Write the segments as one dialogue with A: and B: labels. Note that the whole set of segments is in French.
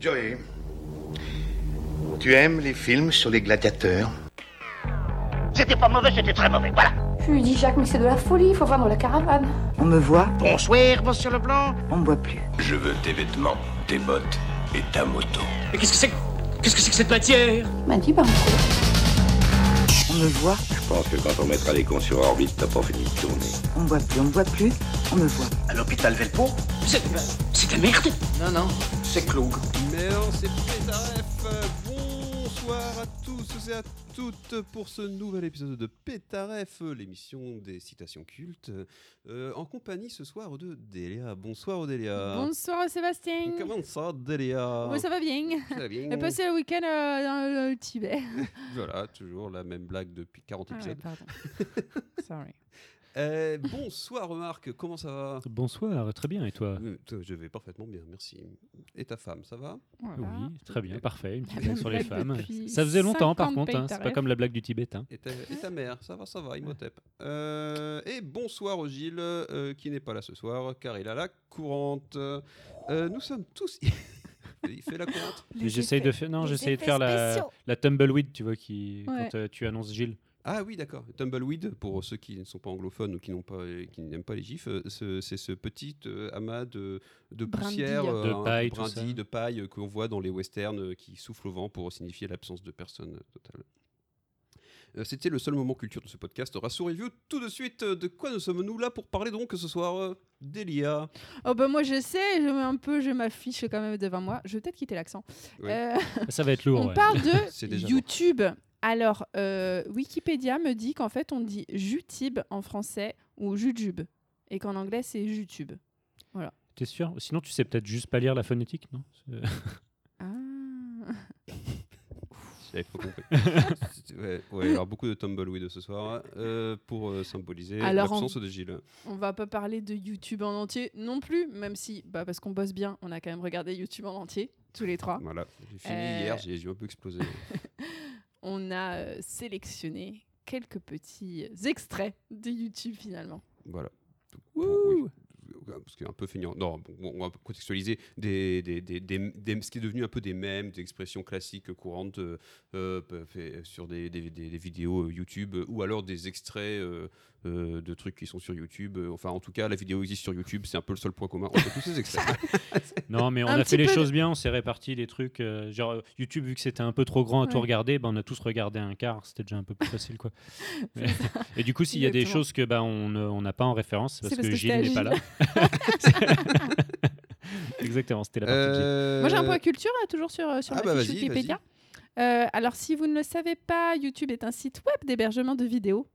A: Joey, tu aimes les films sur les gladiateurs
B: C'était pas mauvais, c'était très mauvais, voilà.
C: Je lui dis, Jacques, mais c'est de la folie, il faut vendre la caravane.
D: On me voit,
B: Bonsoir, monsieur Leblanc.
D: on me voit plus.
E: Je veux tes vêtements, tes bottes et ta moto.
F: Mais qu'est-ce que c'est que- Qu'est-ce que c'est que cette matière
C: Il m'a dit, ben,
D: On me voit,
E: Je pense que quand on mettra les cons sur orbite, t'as pas fini de tourner.
D: on me voit plus, on me voit plus, on me voit.
B: À l'hôpital Velpo
F: C'est c'est de la merde Non, non.
B: C'est Cloug.
G: Merde, c'est Pétaref. Bonsoir à tous et à toutes pour ce nouvel épisode de Pétaref, l'émission des citations cultes. Euh, en compagnie ce soir de Delia. Bonsoir Odélia.
H: Bonsoir Sébastien.
G: Euh, Comment ça, Euh, Delia
H: Oui, ça va bien.
G: Ça va bien
H: J'ai passé le week-end euh, dans le Tibet.
G: Voilà, toujours la même blague depuis 40
H: Ah ouais,
G: épisodes.
H: pardon. Sorry.
G: Euh, bonsoir Marc, comment ça va
I: Bonsoir, très bien, et toi
G: Euh, Je vais parfaitement bien, merci. Et ta femme, ça va
H: Voilà.
I: Oui, très bien, parfait. Une
H: La
I: petite blague
H: même
I: sur les
H: blague
I: femmes.
H: depuis
I: Ça faisait longtemps, par
H: 50
I: contre. hein, C'est pas
H: Paytaref.
I: comme la blague du Tibet. hein.
G: Et ta, et ta mère, ça va, ça va, Imhotep. Euh, et bonsoir au Gilles, euh, qui n'est pas là ce soir, car il a la courante. Euh, nous sommes tous... il fait la courante
I: Mais J'essaye de faire, non,
H: les
I: j'essayais de
H: effets
I: faire la,
H: spéciaux.
I: la tumbleweed, tu vois, qui
H: Ouais.
I: quand euh, tu annonces Gilles.
G: Ah oui, d'accord. Tumbleweed, pour ceux qui ne sont pas anglophones ou qui n'ont pas, qui n'aiment pas les gifs, euh, ce- c'est ce petit euh, amas de, de
H: Brindilles.
G: poussière, euh,
I: De
G: un peu
I: paille, tout
G: brindilles,
I: ça.
G: de paille euh, qu'on voit dans les westerns euh, qui soufflent au vent pour signifier l'absence de personne euh, totale. Euh, C'était le seul moment culture de ce podcast. Rassou Review, tout de suite, euh, de quoi nous sommes-nous là pour parler donc ce soir euh, d'Elia
H: Oh ben moi je sais, je mets un peu, je m'affiche quand même devant moi. Je vais peut-être quitter l'accent.
G: Oui.
H: Euh,
I: Ah, Ça va être lourd.
H: on
I: ouais.
H: parle
G: C'est
H: de
G: déjà
H: YouTube. Alors euh, Wikipédia me dit qu'en fait on dit YouTube en français ou YouTube et qu'en anglais c'est YouTube.
I: T'es sûr Sinon, tu sais peut-être juste pas lire la phonétique, non Euh,
H: Ah.
G: J'avais pas compris. C'était- ouais, ouais, il y aura beaucoup de Tumbleweed ce soir euh, pour euh, symboliser
H: Alors, on-
G: l'absence de Gilles.
H: On va pas parler de YouTube en entier non plus, même si bah parce qu'on bosse bien, on a quand même regardé YouTube en entier tous les trois.
G: Voilà, j'ai fini
H: Ah. Euh,
G: hier, j'ai les yeux un peu explosés.
H: on a euh, sélectionné quelques petits euh, extraits de YouTube finalement.
G: Voilà. Pour- oui. Parce qu'il est un peu feignant. Non, bon, on va contextualiser des, des, des, des- des- ce qui est devenu un peu des mèmes, des expressions classiques courantes euh, euh, pe- fait- sur des, des, des- des vidéos euh, YouTube euh, ou alors des extraits euh, euh, de trucs qui sont sur YouTube. Euh, Enfin, en tout cas, la vidéo existe sur YouTube, c'est un peu le seul point commun entre tous ces extraits.
I: Non, mais on
H: Un
I: a
H: petit
I: fait les
H: peu de-
I: choses bien, on s'est réparti les trucs. euh, genre, euh, YouTube, vu que c'était un peu trop grand à tout
H: Ouais.
I: regarder, ben, on a tous regardé un quart, c'était déjà un peu plus facile. quoi. Mais- Et du coup, s'il y a des
H: Exactement.
I: choses que ben, on ne- on n'a pas en référence, c'est parce, que,
H: c'était à
I: Gilles n'est pas là. Exactement, c'était la partie de Gilles.
H: Moi j'ai un point culture là, toujours sur, euh, sur
G: Euh, ah
H: ma
G: bah
H: fiche
G: vas-y,
H: Wikipédia. Euh, alors si vous ne le savez pas, YouTube est un site web d'hébergement de vidéos.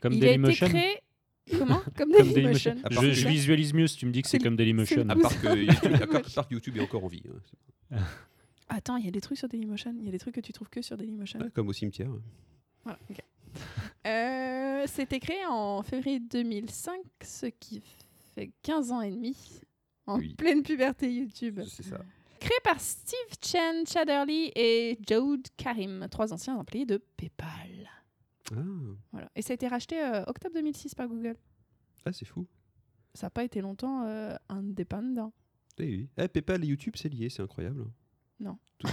I: Comme
H: Il
I: Dailymotion.
H: a été créé comment Comme
I: Comme
H: Dailymotion.
I: Dailymotion.
G: À part
I: Je,
G: que-
I: je visualise mieux si tu me dis que c'est
H: C'est
I: comme Dailymotion.
H: le
G: À
H: pouce.
G: part que YouTube, à part- à part que YouTube est encore en vie. hein.
H: Attends, il y a des trucs sur Dailymotion, il y a des trucs que tu trouves que sur Dailymotion.
G: Ouais, Comme au cimetière.
H: Voilà, ok. Euh, C'était créé en février 2005, ce qui fait 15 ans et demi en
G: Oui.
H: pleine puberté YouTube.
G: C'est ça.
H: Créé par Steve Chen Chatterley et Jawed Karim, trois anciens employés de PayPal.
G: Ah,
H: Voilà. Et ça a été racheté euh, octobre 2006 par Google.
G: ah c'est fou.
H: Ça n'a pas été longtemps euh, indépendant.
G: Eh oui. Eh, PayPal et YouTube, c'est lié, c'est incroyable.
H: Non.
G: Tout-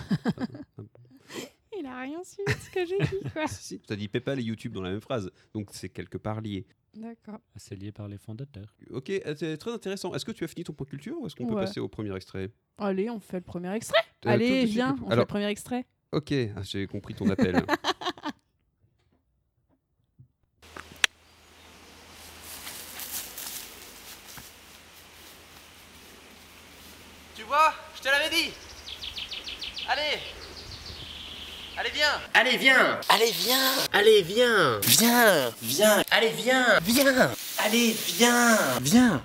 H: Il a rien su de ce que j'ai dit, quoi.
G: Si, T'as dit PayPal et YouTube dans la même phrase, donc c'est quelque part lié.
H: D'accord.
I: Ah, C'est lié par les fondateurs.
G: Ok, euh, c'est très intéressant. Est-ce que tu as fini ton point culture ou est-ce qu'on peut
H: Ouais.
G: passer au premier extrait
H: Allez, on fait le premier extrait.
G: Euh, tout de
H: Allez,
G: suite,
H: viens,
G: le-
H: on fait le
G: Alors,
H: premier extrait.
G: ok, ah, j'ai compris ton appel.
J: Tu vois, je te l'avais dit. Allez. Allez, viens. Allez, viens. Allez, viens. Allez, viens. Viens. Viens. Allez, viens. Viens. Allez, viens. Viens. Viens.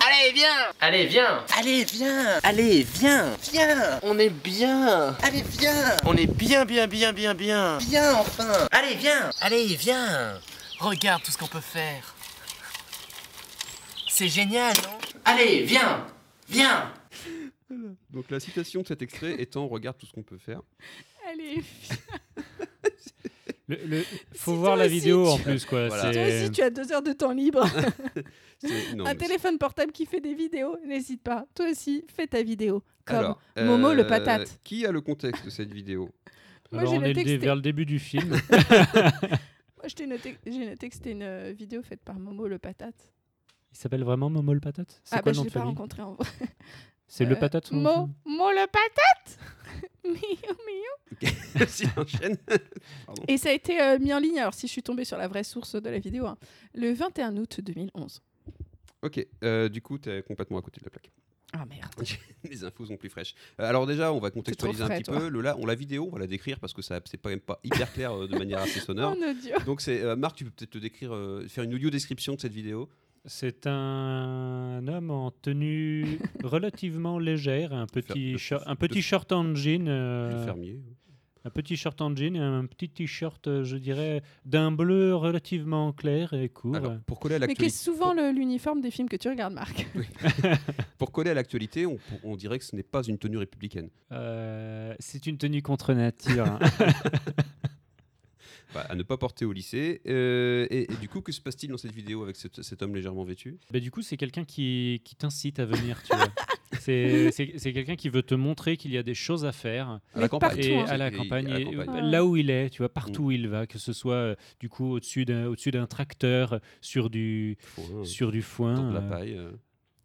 J: Allez, viens. Allez, viens. Allez, viens. Allez, viens. Viens. On est bien. Allez, viens. On est bien, bien, bien, bien, bien. Bien, enfin. Allez, viens. Allez, viens. Regarde tout ce qu'on peut faire. C'est génial, non Allez, viens. Viens.
G: donc la citation de cet extrait étant Regarde tout ce qu'on peut faire.
H: Allez,
I: Le- le- faut
H: Si
I: voir
H: toi
I: la
H: aussi,
I: vidéo
H: tu-
I: en plus, quoi.
G: Voilà.
I: c'est-
H: Ah, Toi aussi, tu as deux heures de temps libre.
G: C'est- non,
H: un
G: mais c'est-
H: téléphone portable qui fait des vidéos, n'hésite pas. Toi aussi, fais ta vidéo. Comme
G: Alors,
H: Momo
G: euh,
H: le patate.
G: Qui a le contexte de cette vidéo
H: Moi,
I: Alors,
H: j'ai
I: on est
H: noté que
I: le dé-
H: c'était-
I: vers le début du film.
H: Moi, je t'ai noté, j'ai noté que c'était une euh, vidéo faite par Momo le patate.
I: Il s'appelle vraiment Momo le patate C'est
H: Ah bah
I: quoi le
H: je
I: nom
H: l'ai
I: de
H: pas
I: famille
H: rencontré en vrai.
I: C'est le
H: Euh,
I: patate son nom de
H: Mo,
I: famille
H: Mo le patate Miou, miou.
G: Si, enchaîne. Pardon.
H: Et ça a été euh, mis en ligne, alors si je suis tombée sur la vraie source de la vidéo, hein, le 21 août 2011.
G: Ok, euh, du coup, t'es complètement à côté de la plaque.
H: Ah merde.
G: Les infos sont plus fraîches. Euh, alors déjà, on va contextualiser
H: trop
G: un
H: frais,
G: petit
H: toi.
G: peu. Le, la, on la vidéo, on va la décrire parce que ça, c'est pas même pas hyper clair euh, de manière assez sonore.
H: En audio.
G: Donc c'est euh, Marc, tu peux peut-être te décrire, euh, faire une audio description de cette vidéo.
I: C'est un homme en tenue relativement légère, un petit,
G: de-
I: shor- un
G: de-
I: petit short en jean, euh,
G: Le fermier.
I: un petit short en jean et un petit t-shirt, euh, je dirais, d'un bleu relativement clair et court.
G: Alors, pour coller à
H: Mais qui est
G: l'actualité,
H: souvent le- l'uniforme des films que tu regardes, Marc.
G: pour coller à l'actualité, on, pour- on dirait que ce n'est pas une tenue républicaine.
I: Euh, c'est une tenue contre nature. hein.
G: Bah, à ne pas porter au lycée. Euh, et, et du coup, que se passe-t-il dans cette vidéo avec cet, cet homme légèrement vêtu
I: Bah, du coup, c'est quelqu'un qui, qui t'incite à venir, tu vois. C'est c'est- c'est quelqu'un qui veut te montrer qu'il y a des choses à faire
G: À
H: Mais
G: la campagne.
H: partout,
I: et
H: hein. Ah.
I: à la
G: Et- et
I: campagne,
G: à la
I: et-
G: campagne. Mm.
I: euh, là où il est, tu vois, partout où il va, que ce soit euh, du coup au-dessus d'un au-dessus d'un tracteur, sur du
G: Faut, euh,
I: sur du foin,
G: tendre la
I: euh,
G: paille. euh.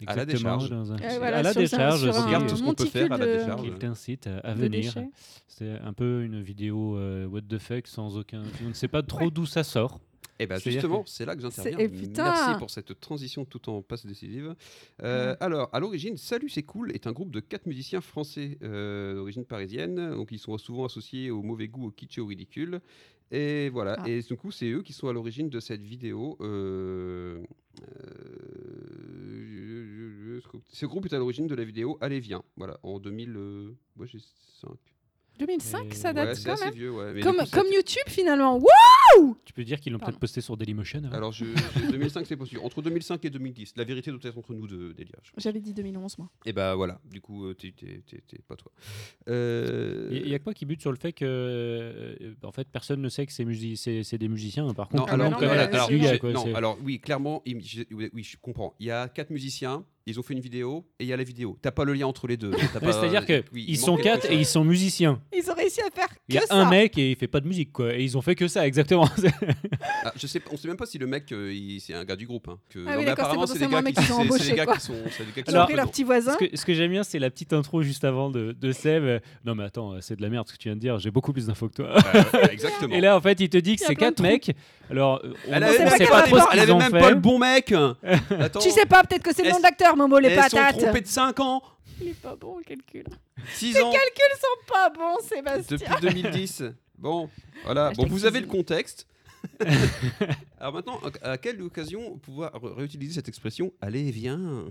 G: à la
I: exactement,
G: décharge.
I: dans un-
H: Euh, voilà,
I: à la
H: sur un-
I: décharge,
H: sur
I: aussi,
H: un
G: Regarde tout ce qu'on peut
H: monticule
G: faire à la
H: de-
G: décharge.
I: qu'il t'incite à, à
H: de
I: venir.
H: déchets.
I: C'est un peu une vidéo euh, what the fuck sans aucun. On ne sait pas trop d'où ça sort.
G: Et bien
I: C'est-à-dire
G: justement,
I: que-
G: c'est là Eh ben, que j'interviens.
H: C'est- et putain Ah.
G: Merci pour cette transition tout en passe décisive. Euh, Alors, à l'origine, Salut c'est cool est un groupe de quatre musiciens français euh, d'origine parisienne, donc ils sont souvent associés au mauvais goût, au kitsch et au ridicule. Et voilà,
H: Ah.
G: et du coup, c'est eux qui sont à l'origine de cette vidéo. euh, euh, Ce groupe est à l'origine de la vidéo Allez, viens, voilà, en 2000. euh, ouais, j'ai cinq.
H: 2005,
I: Et-
H: ça
G: Ouais,
H: date
G: c'est
H: Ah, bah, quand
G: assez
H: même.
G: vieux, ouais. mais du
H: Comme,
G: coup, ça
H: comme
G: fait-
H: YouTube finalement. Wouh
I: Tu peux dire qu'ils l'ont
H: Pardon.
I: peut-être posté sur Dailymotion. hein.
G: Alors, je, je- 2005, c'est possible. Entre 2005 et 2010, la vérité doit être entre nous deux, Delia. je pense.
H: J'avais dit 2011 moi.
G: Et bah voilà, du coup, euh, t'es- t'es t'es- t'es pas toi. Euh,
I: Il y a quoi qui bute sur le fait que euh, en fait personne ne sait que c'est musi- c'est- c'est des musiciens hein, par
G: Non,
I: contre tout le
G: alors,
I: monde
H: mais
I: connaît
G: voilà,
I: la
H: euh,
I: tête
G: alors,
I: du gars,
G: j'ai-
I: quoi,
G: non,
I: c'est-
G: alors, oui, clairement, il- j'ai- oui, oui, je comprends. Il y a quatre musiciens, ils ont fait une vidéo et il y a la vidéo. T'as pas le lien entre les deux. T'as
I: Ouais,
G: pas-
I: C'est-à-dire que
G: euh, oui, il
I: ils
G: manque
I: sont
G: quelque
I: quatre et
G: chose.
I: ils sont musiciens.
H: Ils ont réussi à faire que
I: Il y a
H: ça. Hein
I: un mec et il fait pas de musique quoi et ils ont fait que ça exactement.
G: Ah, je sais, pas- on sait même pas si le mec, euh, il- c'est un gars du groupe. hein, que-
H: Ah oui,
G: mais
H: d'accord, c'est
G: apparemment, c'est des
H: potentiellement
G: gars
H: un mec
G: qui-
H: qu'ils ont
G: c'est- c'est des
H: embauché,
G: gars
H: quoi.
G: qui sont- c'est des gars qui
H: Ils
G: sont
H: ont
G: un
H: pris
G: peu
H: leur
G: dedans.
H: petit voisin.
I: ce que, ce que j'aime bien c'est la petite intro juste avant de, de Seb. euh, Non mais attends euh, c'est de la merde ce que tu viens de dire j'ai beaucoup plus d'infos que toi.
G: Euh, Exactement.
I: Et là en fait il te dit
H: Il
I: que
H: y a
I: c'est
H: plein de
I: quatre
H: trous.
I: mecs. Alors euh, on
G: elle
I: ne
G: avait
H: sait
G: même
H: pas
I: sait
H: quel
I: pas trop
G: pas-
I: ce
G: elle
I: qu'ils
G: avait
I: ont
G: même pas le
I: fait.
G: bon mec. Attends.
H: Tu sais pas, peut-être que c'est le
G: Est-ce-
H: nom de l'acteur, Momo les
G: Elles sont
H: patates.
G: trompées de 5 ans,
H: Il est pas bon, le calcul.
G: 6 ans
H: Ils sont pas bons, Sébastien.
G: depuis 2010. Bon, voilà.
H: Hashtag
G: Bon, vous
H: six
G: avez le
H: ans.
G: contexte. Alors maintenant, à à quelle occasion pouvoir re- réutiliser cette expression Allez, viens.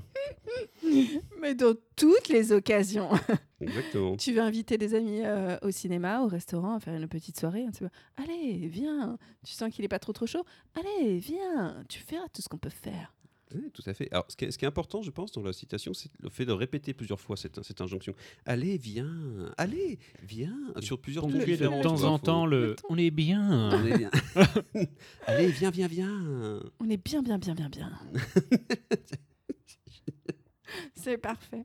H: Mais dans toutes les occasions.
G: Exactement.
H: Tu veux inviter des amis euh, au cinéma, au restaurant, à faire une petite soirée. hein, tu vois. Allez, viens. Tu sens qu'il est pas trop trop chaud. Allez, viens. Tu feras tout ce qu'on peut faire.
G: Oui, tout à fait. Alors, ce qui, est, ce qui est important, je pense, dans la citation, c'est le fait de répéter plusieurs fois cette, cette injonction. Allez, viens. Allez, viens. Sur plusieurs tons
I: Ponctuer
G: différents,
I: de
G: tu
I: temps
G: vois,
I: en
G: faut-
I: temps le on est bien.
G: Allez, viens. Allez, viens, viens, viens.
H: On est bien, bien, bien, bien, bien. C'est parfait.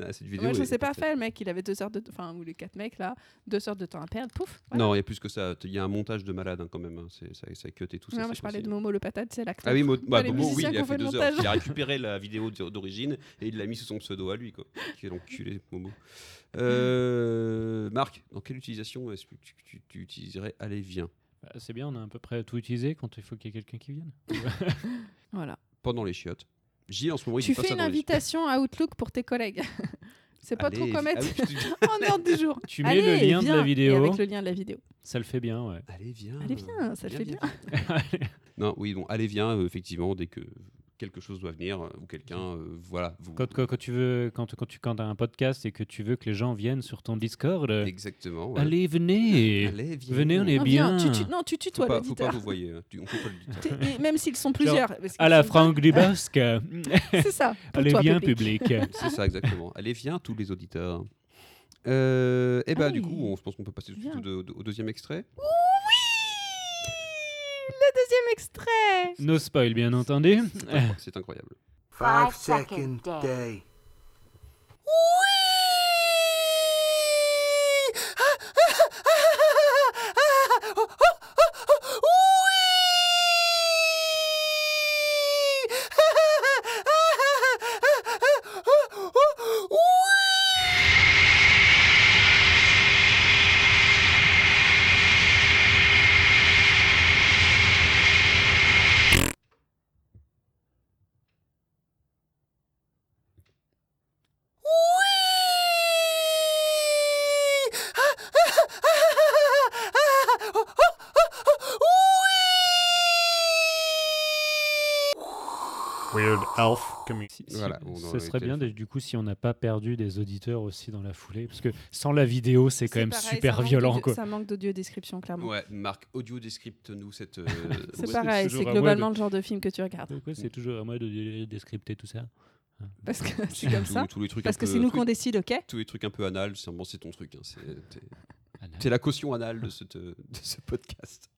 G: Ah, cette vidéo
H: Moi, je
G: est-
H: sais pas faire. Le mec, il avait deux heures de, enfin, ou les quatre mecs là, deux heures de temps à perdre. Pouf. voilà.
G: Non, il y a plus que ça. Il y a un montage de malade hein, quand même. hein. C'est, ça, ça cut et tout. ça,
H: Non,
G: c'est
H: moi, je parlais
G: possible.
H: de Momo le patate, c'est l'acteur.
G: Ah oui, Mo- bah,
H: les
G: Momo, oui,
H: musiciens
G: il
H: qui
G: a
H: ont
G: fait
H: fait le
G: deux heures.
H: montage.
G: Il a récupéré la vidéo d'o- d'origine et il l'a mis sous son pseudo à lui. Quoi. Quel enculé,
H: Mm.
G: Momo. Euh, Marc, dans quelle utilisation est-ce que tu, tu- tu utiliserais Allez, viens
I: Bah, C'est bien on a à peu près tout utilisé quand il faut qu'il y ait quelqu'un qui vienne.
H: Voilà.
G: Pendant les chiottes. Gilles, en ce moment, il
H: tu
G: dit pas
H: fais
G: ça
H: une
G: dans les chiottes.
H: invitation à Outlook pour tes collègues. c'est pas trop
G: Allez,
H: comment
G: vi-
H: mettre
G: Ah oui, tu- tu-
H: en ordre du jour.
I: Tu mets le lien de la
H: viens.
I: vidéo.
H: Et avec le lien de la vidéo.
I: Ça le fait bien ouais.
G: Allez, viens.
H: Allez, viens, ça le fait
G: Non, oui, bon, allez, viens, euh, effectivement, dès que quelque chose doit venir euh, ou quelqu'un, euh, voilà. Vous...
I: Quand, quand, quand tu veux quand quand tu quand as un podcast et que tu veux que les gens viennent sur ton Discord. euh,
G: Exactement. voilà.
I: Allez venez.
G: Allez, viens.
I: venez, on est
H: Non,
I: Eh bien.
H: viens, tu, tu- non, tu
G: Faut
H: tutoies
G: pas, faut pas
H: l'auditeur.
G: vous voyez. hein. Tu- On peut pas le dire.
H: T'es- et Même s'ils sont plusieurs. parce qu'ils
I: À la
H: sont
I: Franck Dubosc.
H: deux. C'est ça. pour
I: Allez
H: toi,
I: bien
H: public.
I: public.
G: C'est ça, exactement. Allez, viens, tous les auditeurs. Euh, eh ben,
H: Allez,
G: du coup, on, je pense qu'on peut passer tout de suite
H: Ah viens.
G: au, de- au deuxième extrait.
H: Le deuxième extrait
I: No spoil, bien entendu.
G: C'est incro- C'est incroyable.
C: Five second day.
I: Weird Elf
G: Voilà, on
I: ce
G: aurait
I: serait
G: été
I: bien,
G: le-
I: de- du coup, si on n'a pas perdu des auditeurs aussi dans la foulée. Parce que sans la vidéo, c'est quand
H: C'est
I: même
H: pareil, ça
I: super
H: manque
I: violent,
H: d'audio-
I: quoi.
H: Ça manque d'audio description, clairement.
G: Ouais, Marc, audio descripte nous cette. euh,
H: C'est
G: ouais,
H: pareil,
I: toujours
H: c'est
I: à moi
H: globalement
I: de-
H: le genre de film que tu regardes.
I: Pourquoi
G: Mm.
I: c'est toujours à moi de descripter tout ça
H: Parce que c'est
G: tous-
H: comme ça.
G: Tous les trucs
H: Parce
G: un
H: que
G: peu-
H: c'est nous
G: tous
H: qu'on
G: les-
H: décide, ok
G: Tous les trucs un peu anal, c'est bon, c'est ton truc. hein, c'est- t'es-
I: Anal.
G: T'es la caution anale de, cette- euh, de ce podcast.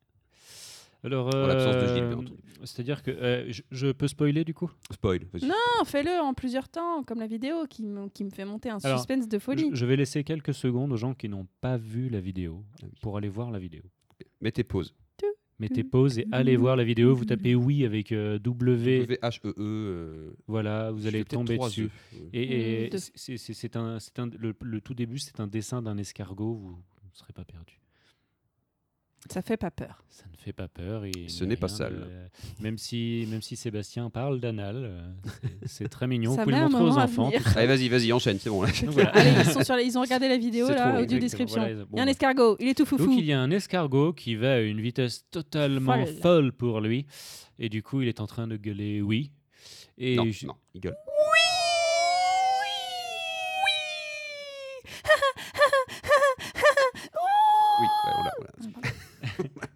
I: Alors,
G: En l'absence de
I: euh,
G: Gilles, bien entendu.
I: c'est-à-dire que euh, je, je peux spoiler du coup
G: Spoil, vas-y.
H: Non, Ah, fais-le en plusieurs temps, comme la vidéo qui, me- qui me fait monter un
I: Alors,
H: suspense de folie.
I: je, je vais laisser quelques secondes aux gens qui n'ont pas vu la vidéo
G: Ah
I: pour aller voir la vidéo.
G: Mettez pause.
I: Mettez
H: Mm.
I: pause et allez voir la vidéo. Vous tapez oui avec euh, W.
G: W-H-E-E. euh,
I: Voilà, vous
G: je fais
I: allez
G: peut-être
I: tomber
G: trois
I: dessus.
G: œufs, ouais.
I: Et, et
H: Mm, de-
I: c'est- c'est c'est un, c'est un- le, le tout début, c'est un dessin d'un escargot. Vous ne serez pas perdu.
H: Ça fait pas peur.
I: Ça ne fait pas peur. et il
G: Ce
I: n'y a
G: n'est pas
I: rien
G: sale.
I: de- euh, Même si, même si Sébastien parle d'anal, euh, c'est- c'est très mignon.
H: Ça
I: vous pouvez le
H: met un
I: montrer aux
H: moment à
I: enfants.
H: venir.
I: tout ça.
G: Allez, vas-y, vas-y, enchaîne, c'est bon. Là.
I: Donc voilà.
H: Allez, ils, sont sur la- ils ont regardé la vidéo,
G: C'est trop long,
H: là, audio
I: exactement,
H: description.
I: voilà,
H: il y a un
I: bon.
H: escargot, il est tout foufou.
I: Donc il y a un escargot qui va à une vitesse totalement
H: Folle.
I: folle, pour lui. Et du coup, il est en train de gueuler oui. Et
G: Non,
I: je-
G: non, il gueule. Oui, ouais, voilà, voilà.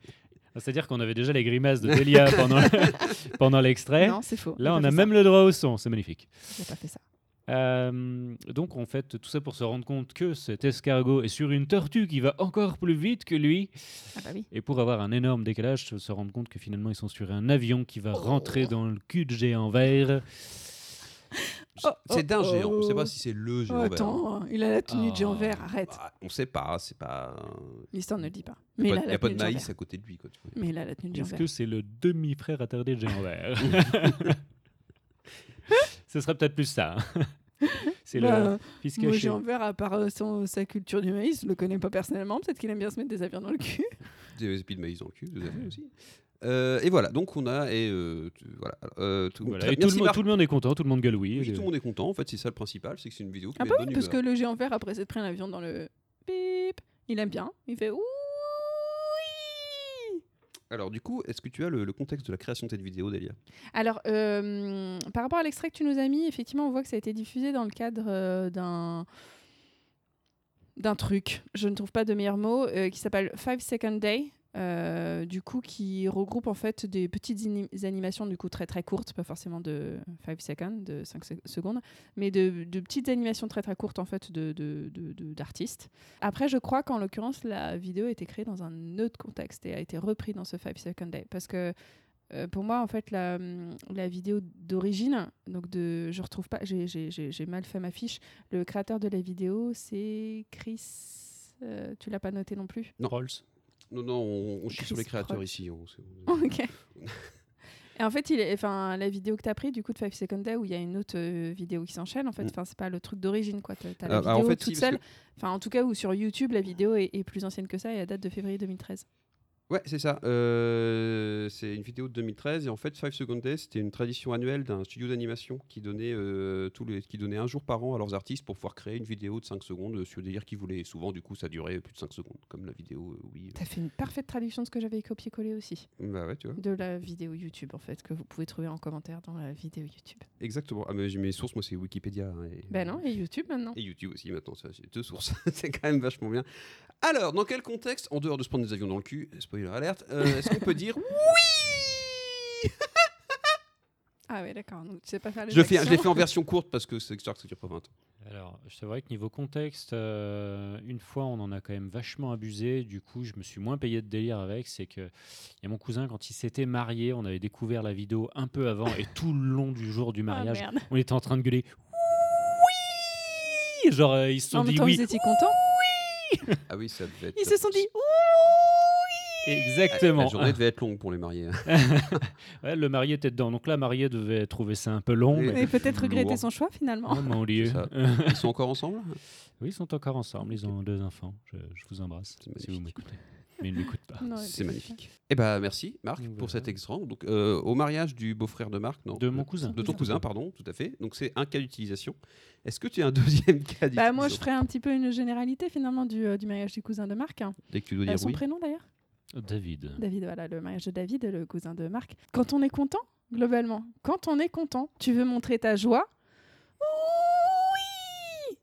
I: C'est-à-dire qu'on avait déjà les grimaces de Delia pendant, pendant l'extrait.
H: Non, c'est faux.
I: Là,
H: J'ai
I: on
H: pas
I: a
H: fait
I: même le droit au son. C'est magnifique.
H: ça. J'ai pas fait ça.
I: Euh, donc, en fait, tout ça pour se rendre compte que cet escargot est sur une tortue qui va encore plus vite que lui.
H: Ah bah oui.
I: Et pour avoir un énorme décalage, se- se rendre compte que finalement, ils sont sur un avion qui va rentrer
G: Oh.
I: dans le cul de géant vert.
H: Oh,
G: C'est d'un
H: oh,
G: géant. On ne sait
H: oh.
G: pas si c'est le géant. vert.
H: Attends, il a la tenue de Jean
I: Ah.
H: Vert, arrête.
G: Bah, on ne sait pas. C'est pas.
H: L'histoire ne le dit pas.
G: Il
H: Mais
G: n'y
H: il
G: a, pas- y
H: Mm. a la
G: a pas
H: tenue
G: de
H: de Jean
G: maïs
H: Vert.
G: à côté de lui. Quoi, tu vois.
H: Mais il a la tenue de Jean
I: Est-ce
H: Vert.
I: que c'est le demi-frère attardé de Géant Vert Ce serait peut-être plus ça. hein. C'est
H: Bah,
I: le fils
H: Moi,
I: caché.
H: Jean Vert, à part euh, son- sa culture du maïs, je le connais pas personnellement. Peut-être qu'il aime bien se mettre des avions dans le cul.
G: Des épis de maïs dans le cul, tout à fait aussi. Euh, et voilà, donc on a. Et, euh, tu- voilà, euh, tout,
I: Voilà.
G: très-
I: Et tout,
G: merci
I: le, monde-
G: Marc.
I: tout le monde est content, tout le monde gueule oui.
G: Oui,
I: Et-
G: tout le monde est content, en fait, c'est ça le principal, c'est que c'est une vidéo qui
H: Ah
G: met
H: bah
G: de
H: oui,
G: bonne
H: parce que
G: humeur.
H: le géant vert, après s'être pris un avion dans le bip, il aime bien. Il fait ouh.
G: Alors du coup, est-ce que tu as le, le contexte de la création de cette vidéo, Delia
H: Alors, euh, par rapport à l'extrait que tu nous as mis, effectivement, on voit que ça a été diffusé dans le cadre euh, d'un d'un truc, je ne trouve pas de meilleur mot, euh, qui s'appelle Five Second Day, euh, du coup, qui regroupe en fait des petites ini- animations, du coup, très très courtes, pas forcément de 5 seconds, de 5 secondes, mais de, de petites animations très très courtes, en fait, d'artistes. De, de, de- d'artistes. Après, je crois qu'en l'occurrence, la vidéo a été créée dans un autre contexte et a été repris dans ce Five Second Day, parce que euh, pour moi, en fait, la, hum, la vidéo d'origine, donc de, je retrouve pas, j'ai- j'ai j'ai- j'ai mal fait ma fiche. Le créateur de la vidéo, c'est Chris. euh, tu l'as pas noté non plus.
G: Non. Non, non, on, on chie sur
H: Chris
G: les créateurs
H: Rock. Oh,
G: ici. on- on-
H: Ok. Et en fait, il est, enfin, la vidéo que tu as pris du coup de Five Second Day où il y a une autre euh, vidéo qui s'enchaîne, en fait,
G: Mm.
H: enfin, c'est pas le truc d'origine quoi. T'as t'as
G: Ah,
H: la
G: bah,
H: vidéo
G: en fait,
H: toute
G: si, parce
H: seule.
G: que-
H: Enfin, en tout cas, ou sur YouTube, la vidéo est, est plus ancienne que ça et elle date de février 2013.
G: Ouais, c'est ça. euh, c'est une vidéo de 2013 et en fait, Five Second Days, c'était une tradition annuelle d'un studio d'animation qui donnait euh, tous les, qui donnait un jour par an à leurs artistes pour pouvoir créer une vidéo de 5 secondes sur le délire qu'ils voulaient. Et souvent, du coup, ça durait plus de 5 secondes, comme la vidéo. euh, oui.
H: T'as fait une parfaite traduction de ce que j'avais copié-collé aussi
G: Bah ouais, tu vois.
H: de la vidéo YouTube en fait que vous pouvez trouver en commentaire dans la vidéo YouTube.
G: Exactement. Ah, mais j'ai mes sources, moi, c'est Wikipédia. hein, et-
H: Ben non, et YouTube maintenant.
G: Et YouTube aussi, maintenant, ça, c'est deux sources. c'est quand même vachement bien. Alors, dans quel contexte, en dehors de se prendre des avions dans le cul, spoiler alerte, euh, est-ce qu'on peut dire
H: Ah oui, d'accord. Donc tu sais pas faire les
G: Je, le fais, je l'ai
H: actions.
G: fait en version courte parce que c'est histoire que ça dure pas 20 ans.
I: Alors, c'est vrai que niveau contexte, euh, une fois, on en a quand même vachement abusé. Du coup, je me suis moins payé de délire avec. C'est que il y a mon cousin, quand il s'était marié, on avait découvert la vidéo un peu avant et tout le long du jour du
H: Ah,
I: mariage,
H: merde.
I: on était en train de gueuler. Oui Genre, euh, ils se sont
H: En même
I: dit
H: temps,
I: oui.
H: ils étaient contents.
G: Ah oui, ça devait être.
H: Ils se sont dit Ouh
I: Exactement.
G: La journée devait être longue pour les mariés. hein,
I: Ouais, le marié était dedans. Donc là, marié devait trouver ça un peu long.
G: Oui.
I: Mais...
H: Mais peut-être regretter
G: Lourd.
H: son choix finalement.
I: Oh mon dieu.
G: C'est ça. Ils sont encore ensemble
I: Oui, ils sont encore ensemble. Ils ont deux enfants. Je, je vous embrasse
G: C'est
I: si vous
G: magnifique.
I: m'écoutez. Mais ils ne m'écoutent pas.
H: Non,
G: Ah, C'est
H: écoute,
G: magnifique. Eh ben merci Marc
I: Donc,
G: pour
I: voilà.
G: cet extra. Donc euh, au mariage du beau-frère de Marc, non
I: De mon cousin.
G: De ton cousin, pardon, tout à fait. Donc c'est un cas d'utilisation. Est-ce que tu as un deuxième cas d'utilisation
H: Bah, moi, je ferais un petit peu une généralité finalement du, euh, du mariage du cousin de Marc. hein.
G: Dès que tu dois
H: Euh,
G: dire
H: son
G: oui.
H: prénom d'ailleurs
I: David.
H: David, voilà, le mariage de David, le cousin de Marc. Quand on est content, globalement, quand on est content, tu veux montrer ta joie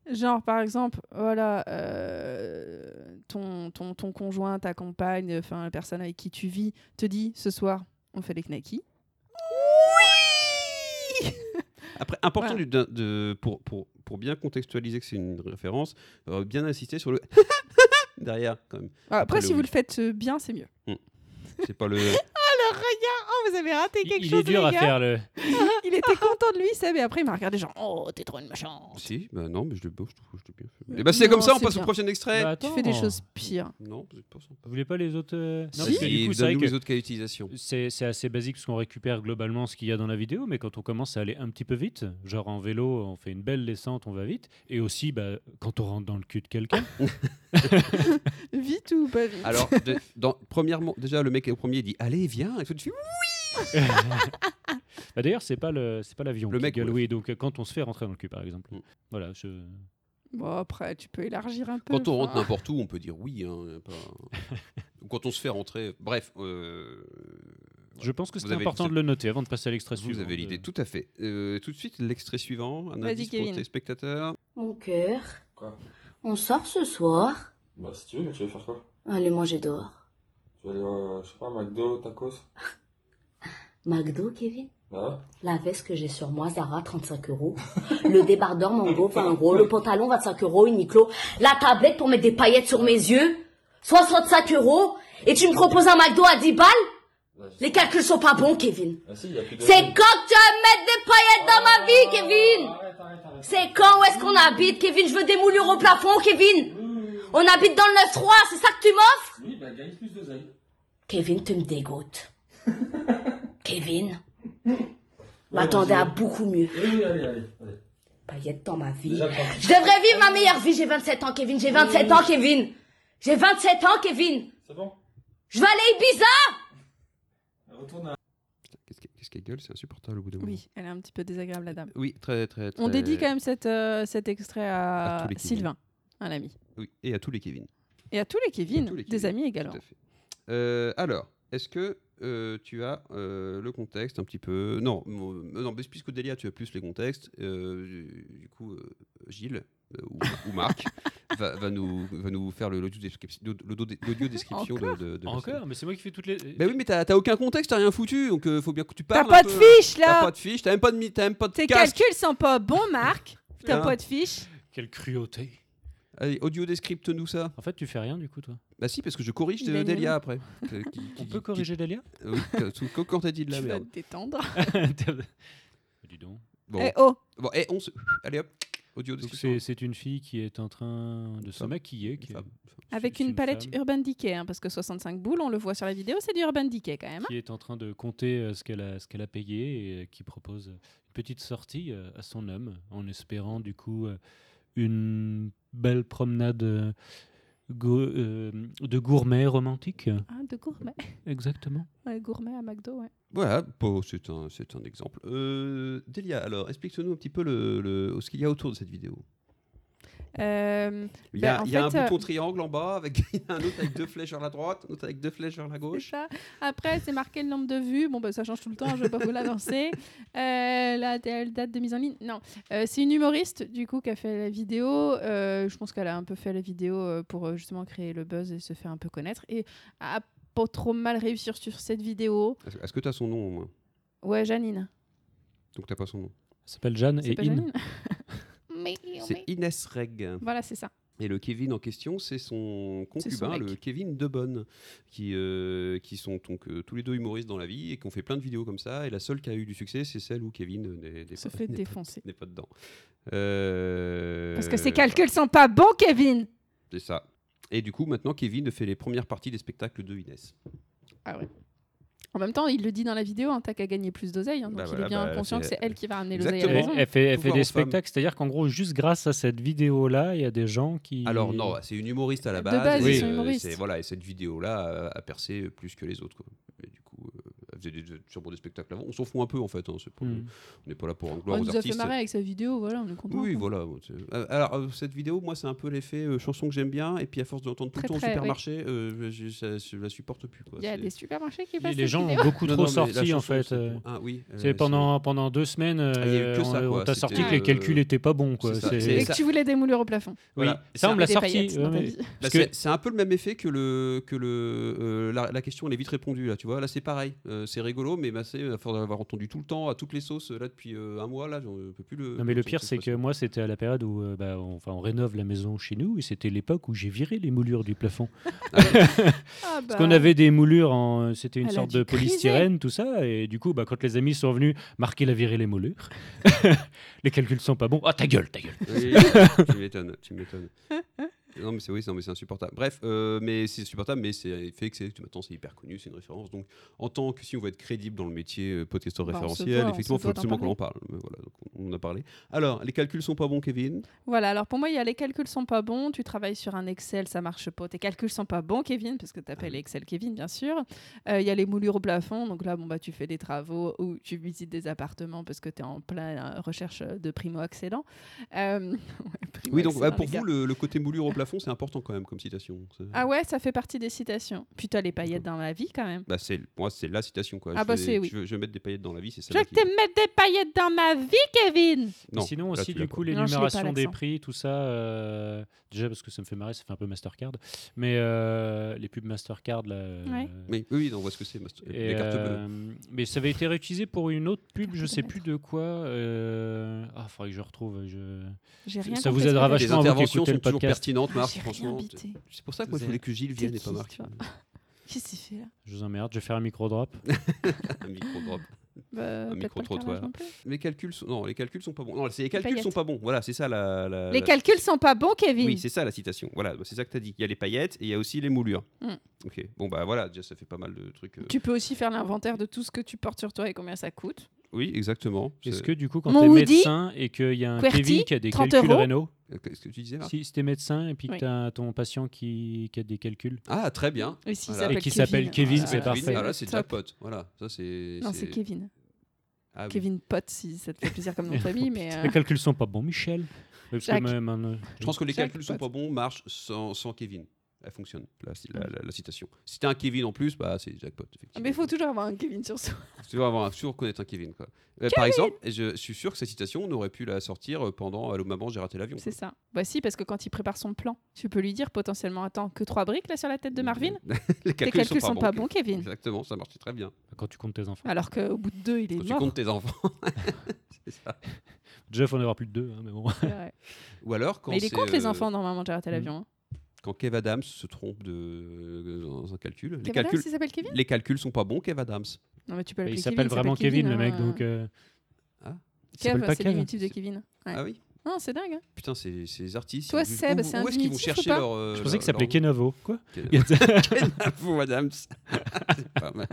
H: Oui Genre, par exemple, voilà, euh, ton, ton, ton conjoint, ta compagne, enfin, la personne avec qui tu vis, te dit ce soir, on fait les knackis.
G: Après, important
H: Voilà.
G: du- d'un- de, pour, pour, pour bien contextualiser que c'est une référence, euh, bien insister sur le derrière quand même.
H: Ah, Après,
G: Après, le
H: si vous
G: oui.
H: le faites euh, bien, c'est mieux.
G: C'est pas le.
H: Alors, regarde, oh, vous avez raté
I: Il, il est dur à faire le.
H: Il était content de lui, Seb, et après, il m'a regardé genre, oh, t'es trop une méchante.
G: si, bah non, mais je le beau, je trouve que je l'ai bien fait.
H: Euh,
G: Et bah c'est comme
H: non,
G: ça, on
H: c'est
G: passe
H: bien.
G: au prochain extrait.
I: Bah,
H: Tu
I: attends.
H: fais des choses pires.
G: Non, vous êtes pas sympa.
I: Vous voulez pas les autres euh, Non, parce que
G: Si,
I: du coup, c'est vrai
G: donne-nous les
I: que
G: autres cas d'utilisation.
I: c'est c'est assez basique parce qu'on récupère globalement ce qu'il y a dans la vidéo, mais quand on commence à aller un petit peu vite, genre en vélo, on fait une belle descente, on va vite, et aussi bah, quand on rentre dans le cul de quelqu'un.
H: Vite ou pas vite
G: Alors, de- dans, premièrement, déjà le mec au premier il dit allez viens, et tout de suite
I: Bah, D'ailleurs, c'est pas le c'est pas l'avion.
G: Le
I: qui
G: mec,
I: gueule,
G: ouais.
I: oui. Donc euh, quand on se fait rentrer dans le cul, par exemple.
G: Mm.
I: Voilà. je-
H: Bon, après, tu peux élargir un peu.
G: Quand on rentre
H: enfin.
G: n'importe où, on peut dire oui. hein, y a pas- Ou Quand on se fait rentrer, bref, euh,
I: Je pense que
G: Vous
I: c'est
G: avez-
I: important de le noter avant de passer à l'extrait
G: vous
I: suivant.
G: avez
I: de-
G: l'idée, tout à fait. Euh, tout de suite, l'extrait suivant, un
H: Vas-y,
G: indice pour
H: Kevin.
G: tes spectateurs.
C: Mon cœur.
E: Quoi
C: On sort ce soir.
E: Bah si tu veux, mais tu veux faire quoi
C: Allez manger dehors.
E: Tu veux aller, euh, je sais pas, McDo, tacos
C: McDo, Kevin
E: Bah
C: La veste que j'ai sur moi, Zara, 35 euros. Le débardeur Mango, 20 euros. Le pantalon, 25 euros, Uniqlo. La tablette pour mettre des paillettes sur mes yeux, 65 euros. Et tu me proposes un McDo à 10 balles Les calculs sont pas bons, Kevin.
E: Ah si, y a plus de... Oh,
C: C'est quand que tu vas mettre des paillettes dans ma vie, Kevin C'est quand Où est-ce qu'on habite, Kevin Je veux des moulures au plafond, Kevin On habite dans le 9-3, c'est ça que tu m'offres
E: Oui, bah gagne plus d'oseille.
C: Kevin, tu me dégoûtes. Kevin M'attendais à beaucoup mieux.
E: Oui, allez, allez, allez.
C: Paillettes dans ma vie.
E: Déjà, prends-
C: Je devrais vivre ma meilleure vie, j'ai 27 ans, Kevin, j'ai 27 ans, Kevin J'ai 27 ans, Kevin
E: C'est bon
C: Je vais aller à Ibiza
E: Retourne à...
G: Qu'est-ce qu'elle qu'est-ce qu'elle gueule C'est insupportable au bout d'un moment.
H: Oui, elle est un petit peu désagréable, la dame.
G: Oui, très, très, très.
H: On dédie quand même cette, euh, cet extrait
G: À
H: à,
G: tous les Kevin.
H: Sylvain, un ami.
G: Oui, et à tous les Kevin.
H: Et à tous les Kevin,
G: tous les
H: des
G: Kevin,
H: amis
G: Tout
H: également.
G: à fait. Euh, alors, est-ce que euh, tu as euh, le contexte un petit peu Non, mon- non mais puisque Delia, tu as plus les contextes, euh, du coup, euh, Gilles euh, ou, ou Marc va, va nous, va nous faire le- l'audio description, l'audio description de, de, de la scène.
I: Encore, mais c'est moi qui fais toutes les.
G: Bah oui, mais t'as t'as aucun contexte, t'as rien foutu, donc euh, faut bien que tu
H: T'as
G: parles.
H: pas
G: un
H: de
G: peu.
H: fiche,
G: T'as
H: là
G: pas de fiche, t'as même pas de, mi- t'as même pas de
H: Tes
G: casque.
H: calculs sont pas bons, Marc T'as
G: Putain.
H: pas de fiche
I: Quelle cruauté.
G: Allez, audio descripte nous ça.
I: En fait, tu fais rien du coup, toi.
G: Bah si, parce que je corrige
H: Il a
G: euh,
H: une
G: Delia
H: erreur.
G: après. Euh, qui- qui-
I: On peut
G: qui- euh,
I: corriger Delia
G: Oui, quand- quand t'as dit de la
H: Tu vas
G: merde.
H: te détendre.
I: Dis donc.
G: Bon.
H: Eh oh
G: Bon, et on se. Allez hop, audio
I: Donc
G: description.
I: c'est c'est une fille qui est en train de se
G: femme.
I: maquiller. qui est-
G: Femme.
H: Avec
I: c'est
H: une
I: une
H: palette
I: femme.
H: Urban Decay, hein, parce que 65 boules, on le voit sur la vidéo, c'est du Urban Decay quand même. hein.
I: qui est en train de compter euh, ce qu'elle a, ce qu'elle a payé et euh, qui propose une petite sortie euh, à son homme en espérant du coup euh, une belle promenade euh, go- euh, de gourmet romantique.
H: Ah, de gourmet.
I: Exactement.
H: Ouais, gourmet à McDo, ouais.
G: Voilà, bon, c'est un, c'est un exemple. Euh, Delia, alors explique-nous un petit peu le, le- ce qu'il y a autour de cette vidéo.
H: Euh,
G: Il y a,
H: Bah, en
G: il y a un
H: fait, euh,
G: bouton triangle en bas, avec il y a un autre avec deux flèches vers la droite, un autre avec deux flèches vers la
H: C'est
G: gauche.
H: ça. Après, c'est marqué le nombre de vues. Bon, bah, ça change tout le temps, je vais pas vous l'annoncer. Euh, la la date de mise en ligne. Non, Euh, c'est une humoriste, du coup, qui a fait la vidéo. Euh, je pense qu'elle a un peu fait la vidéo euh, pour euh, justement créer le buzz et se faire un peu connaître. Et a pas trop mal réussir sur cette vidéo.
G: Est-ce est-ce que tu as son nom au moins
H: Ouais, Janine.
G: Donc t'as pas son nom.
I: Elle s'appelle Jeanne
H: C'est
I: et
H: pas
I: In.
H: Janine Mais-
G: C'est Inès Reg.
H: Voilà, c'est ça.
G: Et le Kevin en question, c'est son
H: C'est son
G: concubin,
H: mec.
G: le Kevin Debonne, qui, euh, qui sont donc euh, tous les deux humoristes dans la vie et qui ont fait plein de vidéos comme ça. Et la seule qui a eu du succès, c'est celle où Kevin euh, n'est, n'est
H: Se
G: pas,
H: fait
G: n'est pas-
H: défoncer.
G: n'est pas dedans. Euh,
H: Parce que ses calculs sont pas bons, Kevin
G: C'est ça. Et du coup, maintenant, Kevin fait les premières parties des spectacles de Inès.
H: Ah ouais. En même temps, il le dit dans la vidéo, hein, t'as qu'à gagner plus d'oseille. hein, donc
G: Bah
H: il
G: voilà,
H: est bien
G: bah,
H: conscient que
G: c'est-
H: c'est elle qui va ramener l'oseille à la
G: Exactement.
I: Elle,
H: maison.
I: elle fait, elle
G: Pouvoir
I: fait
G: aux
I: des
G: femmes.
I: spectacles, c'est-à-dire qu'en gros, juste grâce à cette vidéo-là, il y a des gens qui.
G: Alors non, c'est une humoriste à la
H: De
G: base.
H: base,
I: ils
G: et,
I: sont
G: euh,
H: humoristes.
G: c'est- voilà, et cette vidéo-là a, a percé plus que les autres. Quoi. Et du coup, euh, elle faisait des, sûrement des spectacles avant. On s'en fout un peu en fait. hein, c'est pas-
I: Hmm.
G: On n'est pas là pour en
H: On
G: gloire aux
H: nous a fait
G: artistes.
H: marrer avec sa vidéo, voilà, on est content.
G: Oui,
H: quoi.
G: voilà. bon, c'est- euh, Alors, euh, cette vidéo, moi, c'est un peu l'effet euh, chanson que j'aime bien, et puis à force de l'entendre tout le
H: Très,
G: temps au
H: très, oui.
G: supermarché, euh, je, je- je la supporte plus. Quoi.
H: Il y a
G: bah, C'est-
H: des supermarchés qui
I: Les,
H: passent.
I: les
H: cette
I: gens
H: vidéo.
I: ont beaucoup
G: Non,
I: trop
G: non, mais la
I: sorti en
G: chanson,
I: fait.
G: c'est-
I: euh,
G: Ah oui. euh,
I: C'est pendant, pendant deux semaines,
G: Ah, il y a eu que
I: euh,
G: ça,
I: on,
G: quoi.
I: on t'a sorti que
G: C'était,
I: les calculs
G: euh,
I: étaient pas bons. Quoi.
G: c'est ça.
I: C'est-
G: C'est-
H: Et
G: ça-
H: que tu voulais des moulures au plafond.
I: Oui,
G: Voilà.
I: ça, on me l'a
H: Des
I: sorti.
H: paillettes
I: ouais,
H: dans ta
I: mais-
H: vie. Ah
G: Bah,
I: parce que-
G: c'est- C'est un peu le même effet que le que le euh, la, la question elle est vite répondue là tu vois là c'est pareil Euh, c'est rigolo mais bah, c'est à force d'avoir entendu tout le temps à toutes les sauces là depuis euh, un mois là je peux plus le
I: Non mais le pire c'est que moi c'était à la période où euh, bah, on, enfin, on rénove la maison chez nous et c'était l'époque où j'ai viré les moulures du plafond.
H: Ah bah,
I: Parce qu'on avait des moulures en euh, c'était une
H: Elle a
I: sorte
H: dû
I: de
H: criser.
I: polystyrène tout ça et du coup bah, quand les amis sont venus marquer la virée les moulures. les calculs sont pas bons. Ah ta gueule, ta gueule.
G: Oui, tu m'étonnes, tu m'étonnes. Non mais c'est oui, non, mais c'est insupportable. Bref, euh, mais c'est insupportable, mais c'est fait que c'est maintenant c'est hyper connu, c'est une référence. Donc en tant que si on veut être crédible dans le métier euh, podcasteur
H: Bah, on se
G: référentiel,
H: doit- on
G: effectivement, il
H: se
G: faut
H: doit d'en
G: absolument qu'on en parle. Mais Voilà, donc on en a parlé. Alors les calculs sont pas bons, Kevin.
H: Voilà, alors pour moi, il y a les calculs sont pas bons, tu travailles sur un Excel, ça marche pas. Tes calculs sont pas bons, Kevin, parce que
G: Ah
H: tu appelles Excel Kevin, bien sûr. Euh, Il y a les moulures au plafond, donc là, bon, bah, tu fais des travaux ou tu visites des appartements parce que tu es en pleine euh, recherche euh, de primo-accédant. Euh, ouais,
G: Oui, donc bah,
H: primo-accédant,
G: pour
H: les gars.
G: vous le, le côté moulure au plafond, c'est important quand même comme citation. C'est-
H: Ah ouais, ça fait partie des citations. Puis t'as les paillettes dans la vie, quand même.
G: Bah c'est moi c'est la citation quoi.
H: Ah,
G: je
H: bah,
G: vais-
H: c'est- oui.
G: Je veux, je veux mettre des paillettes dans la vie, c'est
H: Je
G: ça.
H: veux que tu mettes des paillettes dans ma vie, Kevin
I: Et sinon aussi du coup les
H: Non, je l'ai pas,
I: numérations des
H: l'accent.
I: prix, tout ça, euh, déjà parce que ça me fait marrer, ça fait un peu Mastercard. Mais euh, les pubs Mastercard, là, euh,
H: Ouais.
G: Mais oui, on voit ce que c'est. Master-
I: Et,
G: les cartes bleues.
I: euh, mais ça avait été réutilisé pour une autre pub,
H: Carte
I: je sais
H: de
I: plus de quoi. euh, Ah, faudrait que je retrouve. Je...
H: J'ai
I: Ça-
H: rien
I: ça vous
H: compris à ce
I: aidera
H: que t'as dit.
G: Les
I: vachement à vous qui
G: interventions
I: écoutez
G: sont
I: le
G: toujours
I: podcast.
G: pertinentes, Marc.
H: J'ai rien
G: Franchement,
H: bité.
G: c'est pour ça que moi je
I: Vous
G: voulais
I: avez-
G: que Gilles
H: T'es
G: vienne et pas
H: qui,
G: Marc.
H: toi Qu'est-ce qu'il fait là
I: Je vous emmerde, je vais faire un micro-drop.
G: Un micro-drop.
H: Bah, peut-être pas le
G: micro-trottoir.
H: carrelage non plus.
G: Les calculs sont non, les calculs sont pas bons. Non, c'est les calculs
H: paillettes.
G: sont pas bons. Voilà, c'est ça la. la-
H: Les
G: la-
H: calculs sont pas bons, Kevin.
G: Oui, c'est ça la citation. Voilà, bah, c'est ça que t'as dit. Il y a les paillettes et il y a aussi les moulures.
H: Mm.
G: Ok. Bon bah voilà, déjà ça fait pas mal de trucs. euh.
H: Tu peux aussi faire l'inventaire de tout ce que tu portes sur toi et combien ça coûte.
G: Oui, exactement.
I: Est-ce
G: C'est-
I: que du coup, quand
H: Mon
I: t'es
H: Woody,
I: médecin et qu'il y a un
H: QWERTY,
I: Kevin qui a des
H: 30
I: calculs
H: euros.
I: rénaux,
G: euh, Qu'est-ce que tu disais Marc
I: si, si t'es médecin et puis que
H: Oui.
I: t'as ton patient qui, qui a des calculs,
G: Ah très bien.
H: Et s'il
G: Voilà.
H: s'appelle
I: Et qui s'appelle Kevin,
H: voilà.
I: c'est
G: Kevin,
I: parfait.
G: Ah là c'est
H: Top.
G: jackpot. Voilà, ça c'est.
H: Non, c'est Kevin.
G: Ah oui.
H: Kevin Pot, si ça te fait plaisir comme nom de famille, mais euh,
I: les calculs sont pas bons, Michel. Parce que
H: Jacques.
I: même un, euh,
G: Je pense que les
H: Jackpot.
G: calculs sont pas bons marchent sans, sans Kevin. Elle fonctionne, la, la, la- la citation. Si t'as un Kevin en plus, bah c'est jackpot. effectivement.
H: Ah, mais il faut toujours avoir un Kevin sur soi.
G: Tu dois avoir un, toujours connaître un Kevin. Quoi. Euh, par exemple, je, suis sûr que cette citation, on aurait pu la sortir euh, pendant Allô maman, j'ai raté l'avion.
H: C'est ça. Bah si, parce que quand il prépare son plan, tu peux lui dire potentiellement attends que trois briques là sur la tête de Marvin.
G: Les
H: Tes
G: calculs,
H: calculs sont, pas bons, Kevin.
G: Exactement, ça marchait très bien.
I: quand tu comptes tes enfants.
H: Alors qu'au bout de deux, il est
G: Quand tu
H: mort.
G: comptes tes enfants. c'est ça.
I: Jeff, on en avoir plus de deux, hein, mais bon.
H: c'est vrai.
G: Ou alors quand
H: mais il est
G: c'est,
H: contre les
G: euh,
H: enfants normalement. J'ai raté l'avion. hein.
G: Quand Kev Adams se trompe de, euh, dans un calcul. les,
H: Kevin Adams,
G: calculs
H: il s'appelle Kevin
G: les calculs sont pas bons, Kev Adams.
H: Non mais tu peux
I: Bah, il
H: l'appeler
I: s'appelle
H: Kevin.
I: vraiment Kevin, le mec,
H: hein.
I: donc. euh,
G: Ah.
I: il s'appelle
H: Kev,
I: pas
H: c'est
I: Kev.
H: l'imitif de Kevin. Ouais.
G: Ah oui
H: Non, c'est dingue. hein.
G: Putain, ces, ces artistes.
H: Toi,
G: ils-
H: Seb,
G: où-
H: c'est un
G: Où est-ce qu'ils vont
H: diminutif ou
G: chercher
H: pas
G: leur. euh,
I: Je pensais
G: leur-
I: qu'il s'appelait
G: leur-
I: Kenavo. Quoi Ah,
G: Ken-
I: Il y a-
G: Vous, Adams. C'est pas mal.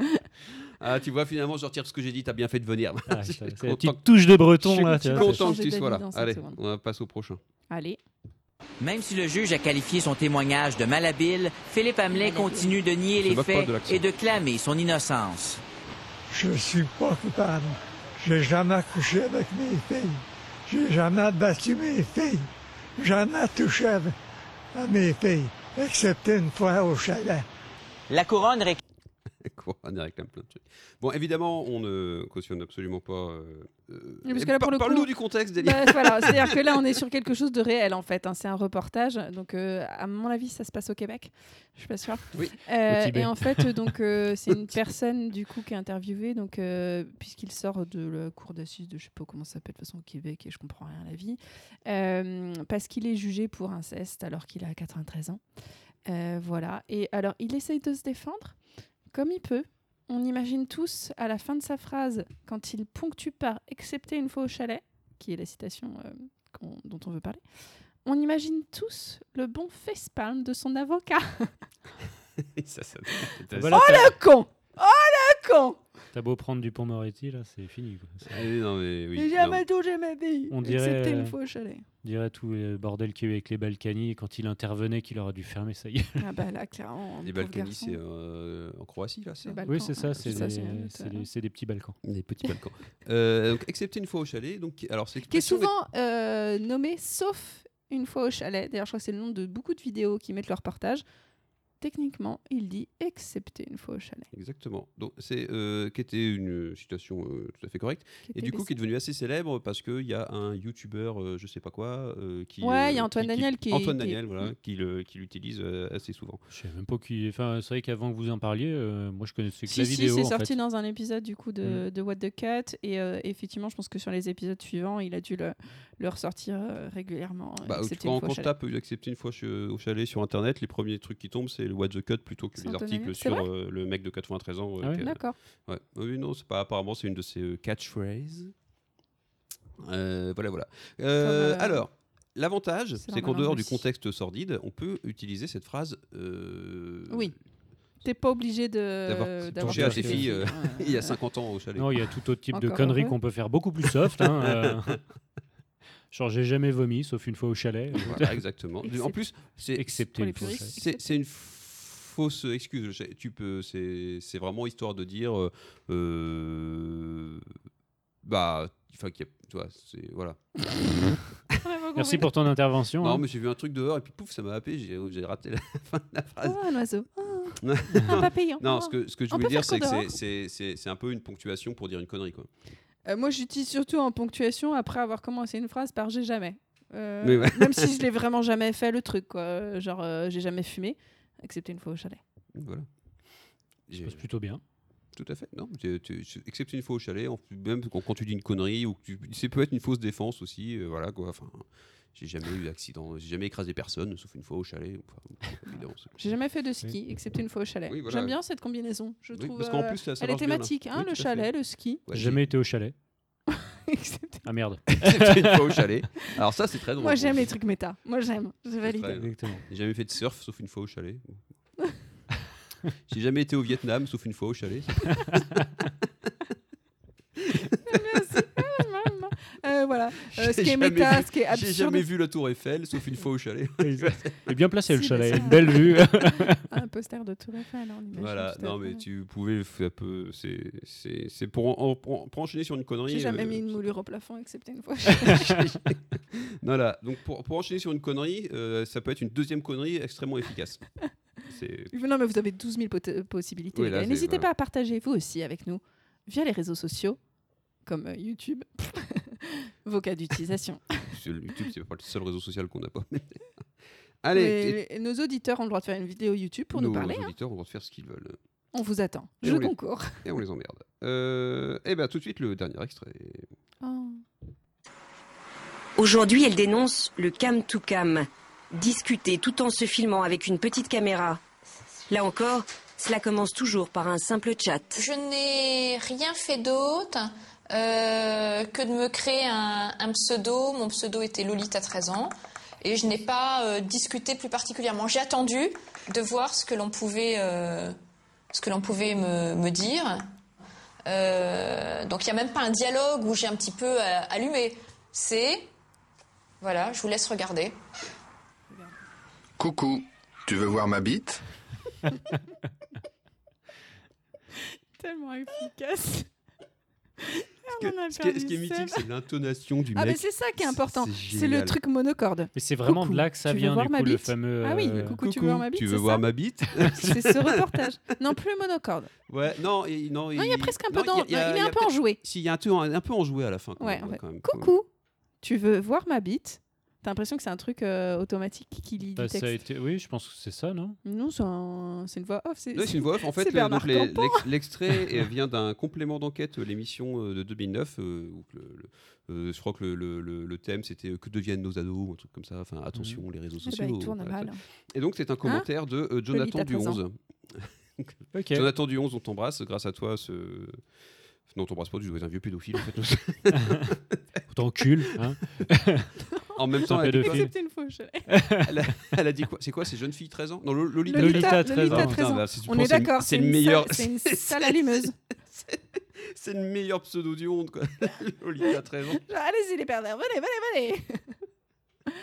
G: Ah, tu vois, finalement, je retire ce que j'ai dit, t'as bien fait de venir.
I: Ah,
G: Je suis
I: c'est la
G: content
I: petite touche de
G: Je suis
I: breton là. tu vois,
G: content
H: changer
G: que tu sois là.
H: d'avis dans cinq
G: Allez,
H: secondes.
G: on passe au prochain.
H: Allez.
J: Même si le juge a qualifié son témoignage de malhabile, Philippe Hamelin continue de nier
G: Se
J: les
G: moque pas
J: faits
G: de l'accent.
J: et de clamer son innocence.
K: Je suis pas coupable. J'ai jamais couché avec mes filles. J'ai jamais battu mes filles. Jamais touché avec- à mes filles, excepté une fois au chalet.
J: La couronne réclame
G: Écoute. Corane, il réclame plein de trucs. Bon, évidemment, on ne cautionne absolument pas. euh, euh,
H: Oui, parce
G: eh,
H: que là,
G: par-
H: pour le
G: Parle-nous
H: coup-
G: du contexte, Delia.
H: Bah, voilà, c'est-à-dire que là, on est sur quelque chose de réel, en fait. hein. C'est un reportage. Donc, euh, à mon avis, ça se passe au Québec. Je suis pas sûre.
G: Oui.
H: Euh,
G: Au Tibet.
H: et en fait, donc, euh, c'est une personne, du coup, qui est interviewée, donc, euh, puisqu'il sort de la cour d'assises de, je sais pas comment ça s'appelle, de toute façon, au Québec, et je comprends rien à la vie, euh, parce qu'il est jugé pour inceste alors qu'il a 93 ans. Euh, voilà. Et alors, il essaye de se défendre comme il peut. On imagine tous à la fin de sa phrase, quand il ponctue par excepté une fois au chalet, qui est la citation euh, qu'on- dont on veut parler, on imagine tous le bon facepalm de son avocat.
G: Ça, ça-
I: Bah Voilà,
H: oh
I: t'as-
H: le con Oh le con
I: T'as beau prendre du pont Moretti, là, c'est fini. quoi. C'est-
G: Eh non, mais oui,
H: J'ai
G: non.
H: jamais touché ma vie.
I: On dirait,
H: Excepté
I: euh,
H: une fois au chalet.
I: on dirait tout le bordel qu'il y a eu avec les Balkany, et quand il intervenait, qu'il aurait dû fermer, ça y est.
H: Ah bah là, clairement.
G: Les
H: pauvre
G: Balkany,
H: garçon.
G: c'est euh, en Croatie, là, c'est
H: Les Balkans,
I: Oui, c'est ça,
H: ouais,
I: c'est
H: hein. ça,
I: des,
H: c'est un
I: c'est
H: autre,
I: des-
H: hein.
I: c'est des petits Balkans.
G: Les petits Balkans. Euh, donc, excepté une fois au chalet. Donc, qui- alors, c'est
H: Qui est souvent euh, nommé sauf une fois au chalet. D'ailleurs, je crois que c'est le nom de beaucoup de vidéos qui mettent leur reportage. Techniquement, il dit excepté une fois au chalet.
G: Exactement. Donc c'est euh, qui était une citation euh, tout à fait correcte
H: Qui
G: et
H: était
G: du coup
H: laissée.
G: qui est devenu assez célèbre parce que il y a un youtubeur euh, je sais pas quoi euh, qui
H: Ouais, il y a Antoine Daniel qui est-
G: Antoine
H: qui est-
G: Daniel voilà
H: Mm.
G: qui le- qui l'utilise euh, assez souvent.
I: Je sais même pas qui. Enfin, c'est vrai qu'avant que vous en parliez, euh, moi je connaissais que
H: Si,
I: la
H: si,
I: vidéo.
H: c'est
I: en
H: sorti
I: fait.
H: dans un épisode du coup
G: Mm.
H: de, de What the Cut. Et euh, effectivement, je pense que sur les épisodes suivants, il a dû le, le ressortir euh, régulièrement.
G: Bah, tu
H: excepté
G: prends en
H: une fois au
G: compte
H: chalet.
G: tape accepter une fois che- au chalet sur internet les premiers trucs qui tombent c'est le What the Cut plutôt que les
H: C'est Antoine
G: articles
H: Daniel C'est
G: sur
H: vrai
G: euh, le mec de 93 ans. euh,
H: Ah ouais
G: qui a-
H: D'accord.
G: Ouais. Oui non c'est pas apparemment c'est une de ses euh, catchphrases. Euh, voilà, voilà. Euh,
I: Comme, euh,
G: alors, l'avantage, c'est
I: normal
G: qu'en
I: en
G: dehors du
I: Russie.
G: contexte sordide, on peut utiliser cette phrase. euh,
H: Oui. T'es pas obligé de.
G: D'avoir
H: d'avoir
G: touché à
H: touché
G: ses
H: aux
G: filles euh,
H: ouais.
G: il y a 50 ans au chalet.
I: Non, il y a tout autre type de
H: Encore
I: conneries
H: heureux.
I: qu'on peut faire beaucoup plus soft. hein, euh. Genre, j'ai jamais vomi, sauf une fois au chalet.
G: Voilà, exactement. En plus, c'est
I: Excepté une fois au chalet.
G: c'est c'est une f- fausse excuse. Je- Tu peux, c'est c'est vraiment histoire de dire, euh, euh, bah, enfin, qu'il y a- tu vois, c'est voilà.
I: Merci pour ton intervention.
G: Non,
I: hein.
G: mais j'ai vu un truc dehors et puis pouf, ça m'a happé. J'ai j'ai raté la fin de la phrase.
H: Oh, un oiseau. Ah.
G: Non.
H: Un papillon.
G: Non,
H: Ah.
G: ce que, ce que je
H: On
G: voulais
H: peut
G: dire,
H: faire
G: c'est que
H: qu'en
G: c'est-
H: dehors.
G: c'est- c'est c'est un peu une ponctuation pour dire une connerie. Quoi.
H: Euh, moi, j'utilise surtout en ponctuation après avoir commencé une phrase par j'ai jamais. Euh,
G: Mais ouais.
H: Même si je l'ai vraiment jamais fait le truc, quoi. Euh, Genre, euh, j'ai jamais fumé, excepté une fois au chalet.
G: Voilà.
I: Ça se passe plutôt bien.
G: Tout à fait. Non, tu- tu- excepté une fois au chalet, en- même quand quand tu dis une connerie, ou que tu, ça peut être une fausse défense aussi. euh, voilà quoi. Enfin, j'ai jamais eu d'accident, j'ai jamais écrasé personne, sauf une fois au chalet. Enfin, évidemment, c'est-
H: J'ai jamais fait de ski, excepté une fois au chalet.
G: Oui, voilà.
H: J'aime bien cette combinaison. Je
G: Oui,
H: trouve.
G: parce qu'en
H: euh,
G: plus, ça- ça
H: elle est
G: marche bien, là.
H: thématique, hein,
G: Oui,
H: le
G: tout à fait.
H: chalet, le ski.
G: Ouais,
I: jamais été au chalet.
H: Excepté-
I: Ah merde.
G: Excepté une fois au chalet. Alors ça, c'est très drôle.
H: Moi, j'aime les trucs méta. Moi, j'aime. Je
G: C'est
H: valide.
G: très-
I: Exactement.
G: J'ai jamais fait de surf, sauf une fois au chalet. j'ai jamais été au Vietnam, sauf une fois au chalet.
H: Euh, voilà. Euh, ce
G: J'ai
H: qui est
G: jamais
H: méta,
G: vu-
H: ce qui est
G: J'ai
H: absurde.
G: jamais vu la tour Eiffel, sauf une fois au chalet.
I: Et bien placé le
H: Si, mais
I: chalet,
H: ça-
I: une belle vue.
H: Un poster de Tour Eiffel, on imagine.
G: Voilà,
H: tout à
G: non
H: fait.
G: mais tu pouvais faire un peu. C'est c'est- c'est pour, en- en- pour- pour enchaîner sur une connerie.
H: J'ai jamais
G: euh,
H: mis une moulure au plafond, excepté une fois.
G: Voilà, donc pour, pour enchaîner sur une connerie, euh, ça peut être une deuxième connerie extrêmement efficace. C'est
H: non, mais vous avez 12 000 pot- possibilités.
G: Oui,
H: les
G: là,
H: gars.
G: c'est-
H: N'hésitez
G: voilà.
H: pas à partager, vous aussi, avec nous, via les réseaux sociaux, comme euh, YouTube, vos cas d'utilisation.
G: c'est- YouTube, c'est pas le seul réseau social qu'on n'a pas. Allez,
H: Mais nos auditeurs ont le droit de faire une vidéo YouTube pour nous,
G: nos
H: parler. hein.
G: auditeurs vont faire ce qu'ils veulent.
H: On vous attend.
G: Et
H: Je
G: on les-
H: concours.
G: Et on les emmerde. Euh, Eh bien, tout de suite, le dernier extrait.
H: Oh,
L: Aujourd'hui, elle dénonce le cam to cam, discuter tout en se filmant avec une petite caméra. Là encore, cela commence toujours par un simple chat.
M: Je n'ai rien fait d'autre euh, que de me créer un, un pseudo. Mon pseudo était Lolita 13 ans. Et je n'ai pas euh, discuté plus particulièrement. J'ai attendu de voir ce que l'on pouvait, euh, ce que l'on pouvait me, me dire. Euh, donc il n'y a même pas un dialogue où j'ai un petit peu euh, allumé. C'est. Voilà, je vous laisse regarder.
N: Coucou, tu veux voir ma bite
H: Tellement efficace. on a
G: Ce qui est, ce
H: perdu
G: qui est mythique,
H: Seb.
G: c'est l'intonation du
H: Ah,
G: mec.
H: mais c'est ça qui est important.
G: c'est
H: C'est le
G: génial.
H: truc monocorde.
I: Mais c'est vraiment
H: Coucou,
I: de là que ça
H: tu veux
I: vient,
H: voir
I: du
H: ma
I: coup, le
H: bite
I: fameux.
H: Ah oui,
I: euh,
H: coucou, tu veux voir ma bite
G: Tu
H: c'est
G: veux voir ma bite
H: ça C'est ce reportage. Non, plus le monocorde.
G: Ouais, non, et- non,
H: Non, il y a presque un peu
G: non,
H: d'en- il est un peu
G: peut-être-
H: enjoué.
G: Si, il y a un, peu- un peu enjoué à la fin. quand
H: Ouais,
G: même, hein,
H: en fait.
G: quand même.
H: Coucou, tu veux voir ma bite T'as l'impression que c'est un truc euh, automatique qui lit
I: bah,
H: du
I: ça a
H: texte.
I: été- Oui, je pense que c'est ça, non
H: Non, c'est un- c'est une voix off.
G: Ouais, c'est une voix off. En
H: c'est
G: fait, le-
H: Bernard
G: donc, les-
H: Campan.
G: l'ex- l'extrait euh, vient d'un complément d'enquête, euh, l'émission euh, de 2009. euh, où le- le- euh, je crois que le, le- le- le thème c'était euh, Que deviennent nos ados ou un truc comme ça. Enfin, attention, les réseaux
H: Eh ben,
G: sociaux.
H: il tourne
G: voilà,
H: mal.
G: ça. Et donc, c'est un commentaire
H: Hein
G: de euh,
H: Le lit
G: Jonathan
H: à
G: du 11.
H: présent. Ok.
G: Jonathan du 11, on t'embrasse. Grâce à toi, ce. Non, t'embrasse pas, tu dois être un vieux pédophile en fait.
I: T'encules, hein.
G: En même
I: C'est
G: temps,
I: un
G: elle a dit
I: pédophile.
G: quoi
I: Excepté une fois au chalet.
G: elle, a, elle a dit quoi C'est quoi ces jeunes filles 13 ans Non, Lo- Lolita.
I: Lolita, Lolita,
G: Putain,
I: 13 ans.
G: bah, c'est- je
H: On
G: pense
H: est
G: que c'est le-
H: d'accord,
G: C'est
H: c'est
G: le
H: une
G: meilleur.
H: sale- C'est une sale allumeuse.
G: C'est le meilleur pseudo du monde, quoi.
H: Bah.
G: Lolita 13 ans.
H: Genre, Allez-y, les pervers, venez, venez, venez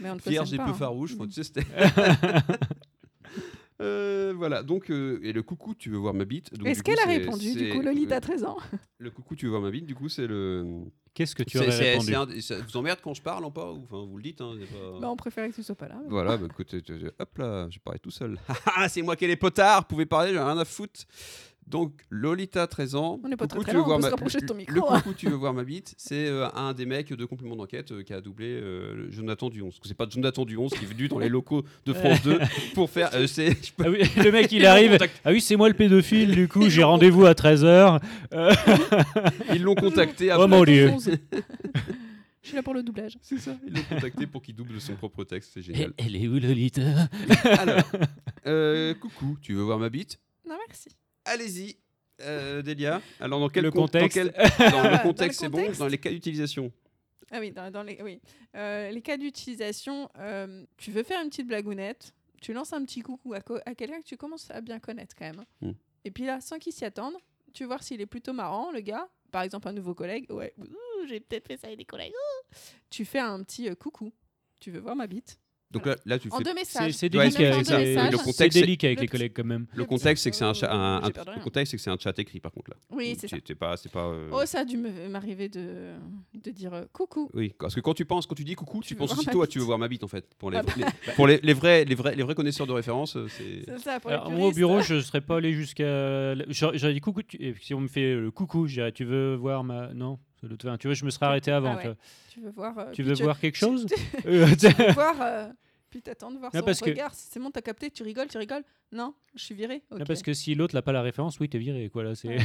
H: Mais on ne
G: Vierge
H: cautionne
G: et
H: pas,
G: peu
H: hein.
G: farouche, enfin, tu sais, c'était. Euh, voilà, donc, euh, et le coucou, tu veux voir ma bite donc, du
H: Est-ce
G: coup,
H: qu'elle a
G: c'est-
H: répondu, du
G: c'est- euh,
H: coup, Lolita, 13 ans
G: Le coucou, tu veux voir ma bite, du coup, c'est le.
I: Qu'est-ce que tu
G: C'est-
I: aurais
G: c'est-
I: répondu
G: c'est un- et ça vous emmerde quand je parle, en pas ou- Enfin, vous le dites, hein. c'est pas-
H: Bah, on préférait que tu sois pas là. mais
G: Voilà, bah, écoute, euh, hop là, j'ai parlé tout seul. Ah, c'est moi qui ai les potards, vous pouvez parler, j'ai rien à foutre. Donc, Lolita, 13 ans.
H: On n'est pas
G: Coucou,
H: très, très
G: tu veux
H: loin, on
G: voir
H: peut
G: ma-
H: se rapprocher de ton
G: le-
H: micro,
G: Le
H: hein.
G: coucou, tu veux voir ma bite, c'est euh, un des mecs de complément d'enquête euh, qui a doublé euh, Jonathan du 11. Parce que C'est pas Jonathan du 11 qui est venu dans les locaux de France 2 pour faire. euh, c'est- je peux-
I: Ah oui, le mec il arrive. Ah oui, c'est moi le pédophile, du coup j'ai rendez-vous à 13h.
G: Ils l'ont contacté
I: Oh
G: après.
I: mon dieu.
H: Je suis là pour le doublage.
G: C'est ça. Ils l'ont contacté pour qu'il double son propre texte, c'est génial.
I: Elle est où Lolita
G: Alors, euh, coucou, tu veux voir ma bite
H: Non, merci.
G: Allez-y, euh, Delia. Alors, dans quel
I: Le
G: con- dans
I: contexte.
G: quel-
I: Ah,
G: dans
I: dans le
G: le contexte, c'est bon.
H: contexte.
G: Dans les cas d'utilisation.
H: Ah oui, dans, dans les, oui. Euh, les cas d'utilisation, euh, tu veux faire une petite blagounette, tu lances un petit coucou à, co- à quelqu'un que tu commences à bien connaître quand même. hein.
I: Hmm.
G: Mm.
H: Et puis là, sans qu'il s'y attende, tu vois s'il est plutôt marrant, le gars, par exemple un nouveau collègue, ouais, ouh, j'ai peut-être fait ça avec des collègues, ouh. tu fais un petit euh, coucou, tu veux voir ma bite.
G: Donc là, là, tu
H: En
G: fais.
H: deux messages.
I: C'est
G: Ouais,
I: délicat,
G: c'est
I: avec
G: ça.
I: les-
G: Et le
I: c'est
G: contexte, c'est-
I: délicat avec les collègues quand même.
G: Le contexte, c'est que c'est un, chat- un-
H: Oh, j'ai
G: un-
H: peur de
G: le
H: rien.
G: contexte, c'est que c'est un chat écrit, par contre là.
H: Oui, c'est ça.
G: C'est pas, c'est pas. euh,
H: Oh, ça a dû me- m'arriver de, de dire euh, coucou.
G: Oui, parce que quand tu penses, quand tu dis coucou, tu,
H: veux
G: penses
H: voir
G: aussi
H: ma
G: toi,
H: bite.
G: tu veux voir ma bite en fait. Pour les,
H: Ah bah.
G: les- pour les, les vrais, les vrais, les vrais connaisseurs de référence, euh, c'est.
H: C'est ça, pour les
I: Alors, moi au
H: puristes.
I: bureau, je serais pas allé jusqu'à. la- J'aurais j'aurais dit coucou. tu- et Si on me fait le coucou, je dirais tu veux voir ma. Non, c'est l'autre. Enfin, tu vois, je me serais arrêté avant.
H: Ah ouais.
I: tu vois.
H: Tu veux voir, euh,
I: Tu
H: puis
I: veux
H: tu-
I: voir quelque chose Euh,
H: tu veux voir, euh, puis t'attends de voir
I: Non,
H: son
I: parce que-
H: regard. Si c'est bon, t'as capté, tu rigoles, tu rigoles. Non, je suis viré.
I: Non, parce que si l'autre n'a pas la référence, oui, t'es viré. Quoi, là,
G: Ah,
I: c'est...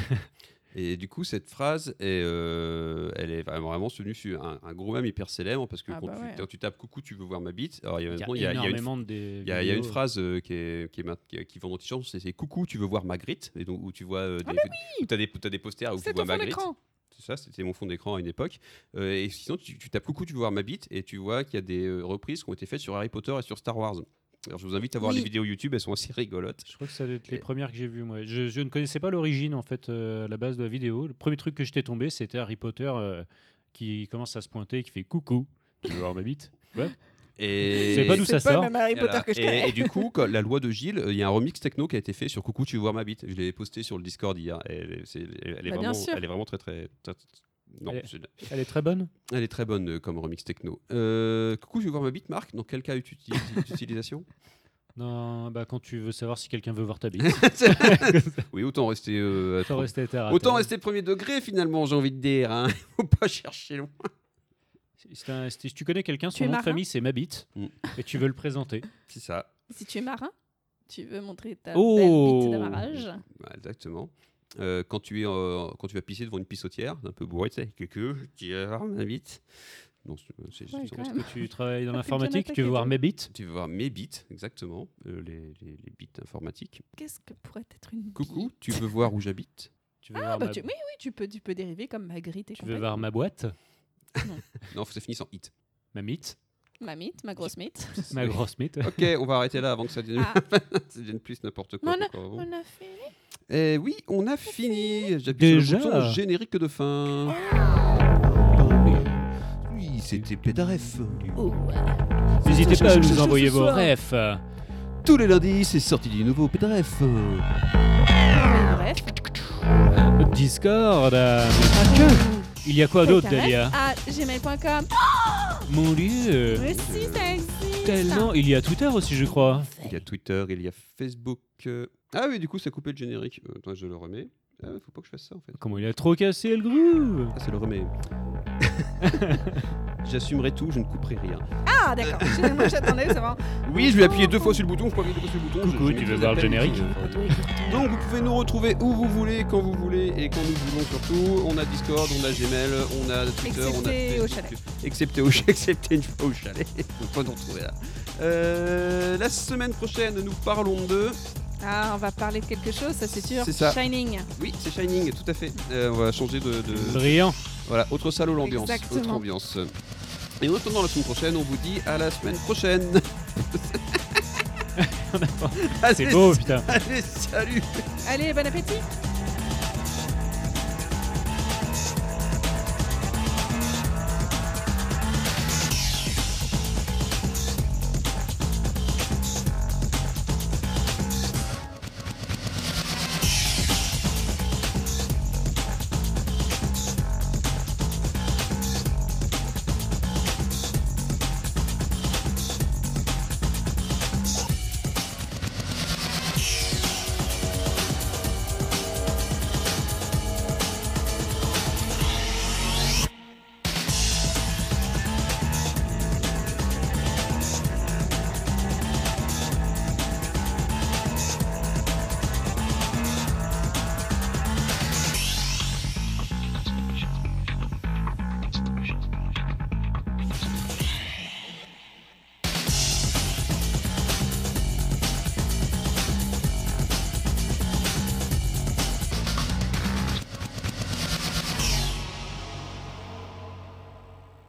G: Et du coup, cette phrase, est, euh, elle est vraiment, vraiment soutenue sur un, un gros mème hyper célèbre parce que
I: Ah
G: quand,
I: bah
G: tu,
I: ouais.
G: quand tu tapes coucou, tu veux voir ma bite. Alors, il y a,
I: Il y a
G: bon, il y a- il y a une-
I: énormément des
G: il y a- il y a une
I: vidéos.
G: phrase euh, qui, est, qui, est, ma- qui, qui vend dans T-shirt, c'est c'est coucou, tu veux voir Magritte. Et donc, où tu vois euh,
I: Ah
G: des,
I: bah
G: où t'as des, t'as des posters où
H: C'est
G: tu vois
H: ton fond
G: Magritte.
H: d'écran.
G: C'est ça, c'était mon fond d'écran à une époque. Euh, et sinon, tu, tu tapes coucou, tu veux voir ma bite, et tu vois qu'il y a des euh, reprises qui ont été faites sur Harry Potter et sur Star Wars. Alors, je vous invite à voir
I: Oui.
G: les vidéos YouTube, elles sont assez rigolotes.
I: Je crois que ça doit être les premières que j'ai vues, moi. Je, je ne connaissais pas l'origine, en fait, euh, à la base de la vidéo. Le premier truc que j'étais tombé, c'était Harry Potter euh, qui commence à se pointer et qui fait coucou. Tu veux voir ma bite Ouais.
G: Et...
I: Je sais pas d'où C'est ça pas le sort. même Harry Potter
G: Voilà.
I: que je
G: Et-
I: connais.
G: Et, du coup, quand la loi de Gilles, euh, il y a un remix techno qui a été fait sur Coucou, tu veux voir ma bite. Je l'ai posté sur le Discord hier. Elle, est- c'est- elle- elle est
I: Bah, bien
G: vraiment,
I: sûr.
G: elle est vraiment très très. très- non,
I: elle, est,
G: c'est-
I: elle est très bonne.
G: elle est très bonne euh, comme remix techno. Euh, coucou, tu veux voir ma bite, Marc Dans quel cas uti- uti- utilisation
I: Non, bah, quand tu veux savoir si quelqu'un veut voir ta bite.
G: Oui, autant rester. euh, à
I: Autant
G: trois-
I: rester terre à
G: Autant
I: terre.
G: rester premier degré finalement, j'ai envie de dire. Hein. Faut pas chercher loin.
I: C'est un- si tu connais quelqu'un,
H: Tu es
I: son nom de
H: marin
I: famille, c'est ma bite.
G: Mm.
I: Et tu veux le présenter.
G: C'est ça.
H: Si tu es marin, tu veux montrer ta
I: Oh.
H: belle bite de marrage.
G: Bah, exactement. Euh, quand, tu es, euh, quand tu vas pisser devant une pissotière, un peu bourré, tu sais, quelqu'un, tu dis, Ah, ma bite. Non, c'est- c'est
I: Ouais,
G: c'est-
I: quand
G: c'est-
I: même. Tu travailles dans l'informatique, tu veux voir mes bits
G: Tu veux voir mes bits, exactement, euh, les, les, les bits informatiques.
H: Qu'est-ce que pourrait être une
G: Coucou, tu veux voir où j'habite
I: Tu veux
H: Ah, bah, tu- Oui, oui, tu peux, tu peux dériver comme Magritte et
I: Tu veux
H: compagnie.
I: voir ma boîte
G: Non, c'est fini sans hit.
I: Ma mythe
H: Ma mythe, ma grosse mythe.
I: Ma grosse mythe.
G: ok, on va arrêter là avant que ça devienne, ça devienne plus n'importe quoi.
H: On a-
G: encore avant.
H: on a fait...
G: Eh oui, on a fini. J'appuie
I: Déjà
G: sur le bouton générique de fin. Oui, c'était Pédaref.
I: N'hésitez
G: C'est
I: pas à
G: ce
I: nous
G: soir.
I: envoyer vos refs. euh,
G: Tous les lundis, c'est sorti du nouveau Pédaref.
H: Bref.
I: Discord, euh, mais pas que. Il y a quoi d'autre, Delia
H: Ah, gmail.com.
I: Mon dieu.
H: Mais si, ça existe.
I: Tellement. Il y a Twitter aussi, je crois.
G: Il y a Twitter, il y a Facebook. euh, Ah oui, du coup, ça a coupé le générique. Euh, attends, je le remets. Ah, faut pas que je fasse ça en fait.
I: Comment il a trop cassé le groove
G: Ah, c'est le remets. J'assumerai tout, je ne couperai rien.
H: Ah, d'accord. Je- Moi, j'attendais, c'est vraiment.
G: Oui, je vais appuyer deux fois sur le bouton, je peux appuyer deux fois sur le bouton.
I: Coucou,
G: je- je
I: tu
G: mets
I: veux
G: tous
I: voir
G: les
I: le
G: appels
I: générique
G: qui- Donc, vous pouvez nous retrouver où vous voulez, quand vous voulez et quand nous voulons surtout. On a Discord, on a Gmail, on a Twitter, on a.
H: Excepté au
G: Facebook.
H: chalet.
G: Excepté au chalet. Excepté une fois au chalet. On peut nous retrouver là. Euh, la semaine prochaine, nous parlons de.
H: Ah, on va parler de quelque chose, ça c'est sûr.
G: C'est ça.
H: Shining.
G: Oui, c'est Shining, tout à fait. Euh, on va changer de, de-
I: Brillant.
G: Voilà, autre salaud l'ambiance.
H: Exactement.
G: Autre ambiance. Et en attendant la semaine prochaine, on vous dit à la semaine prochaine.
I: C'est
G: Allez,
I: beau, putain.
G: Allez, salut
H: Allez, bon appétit.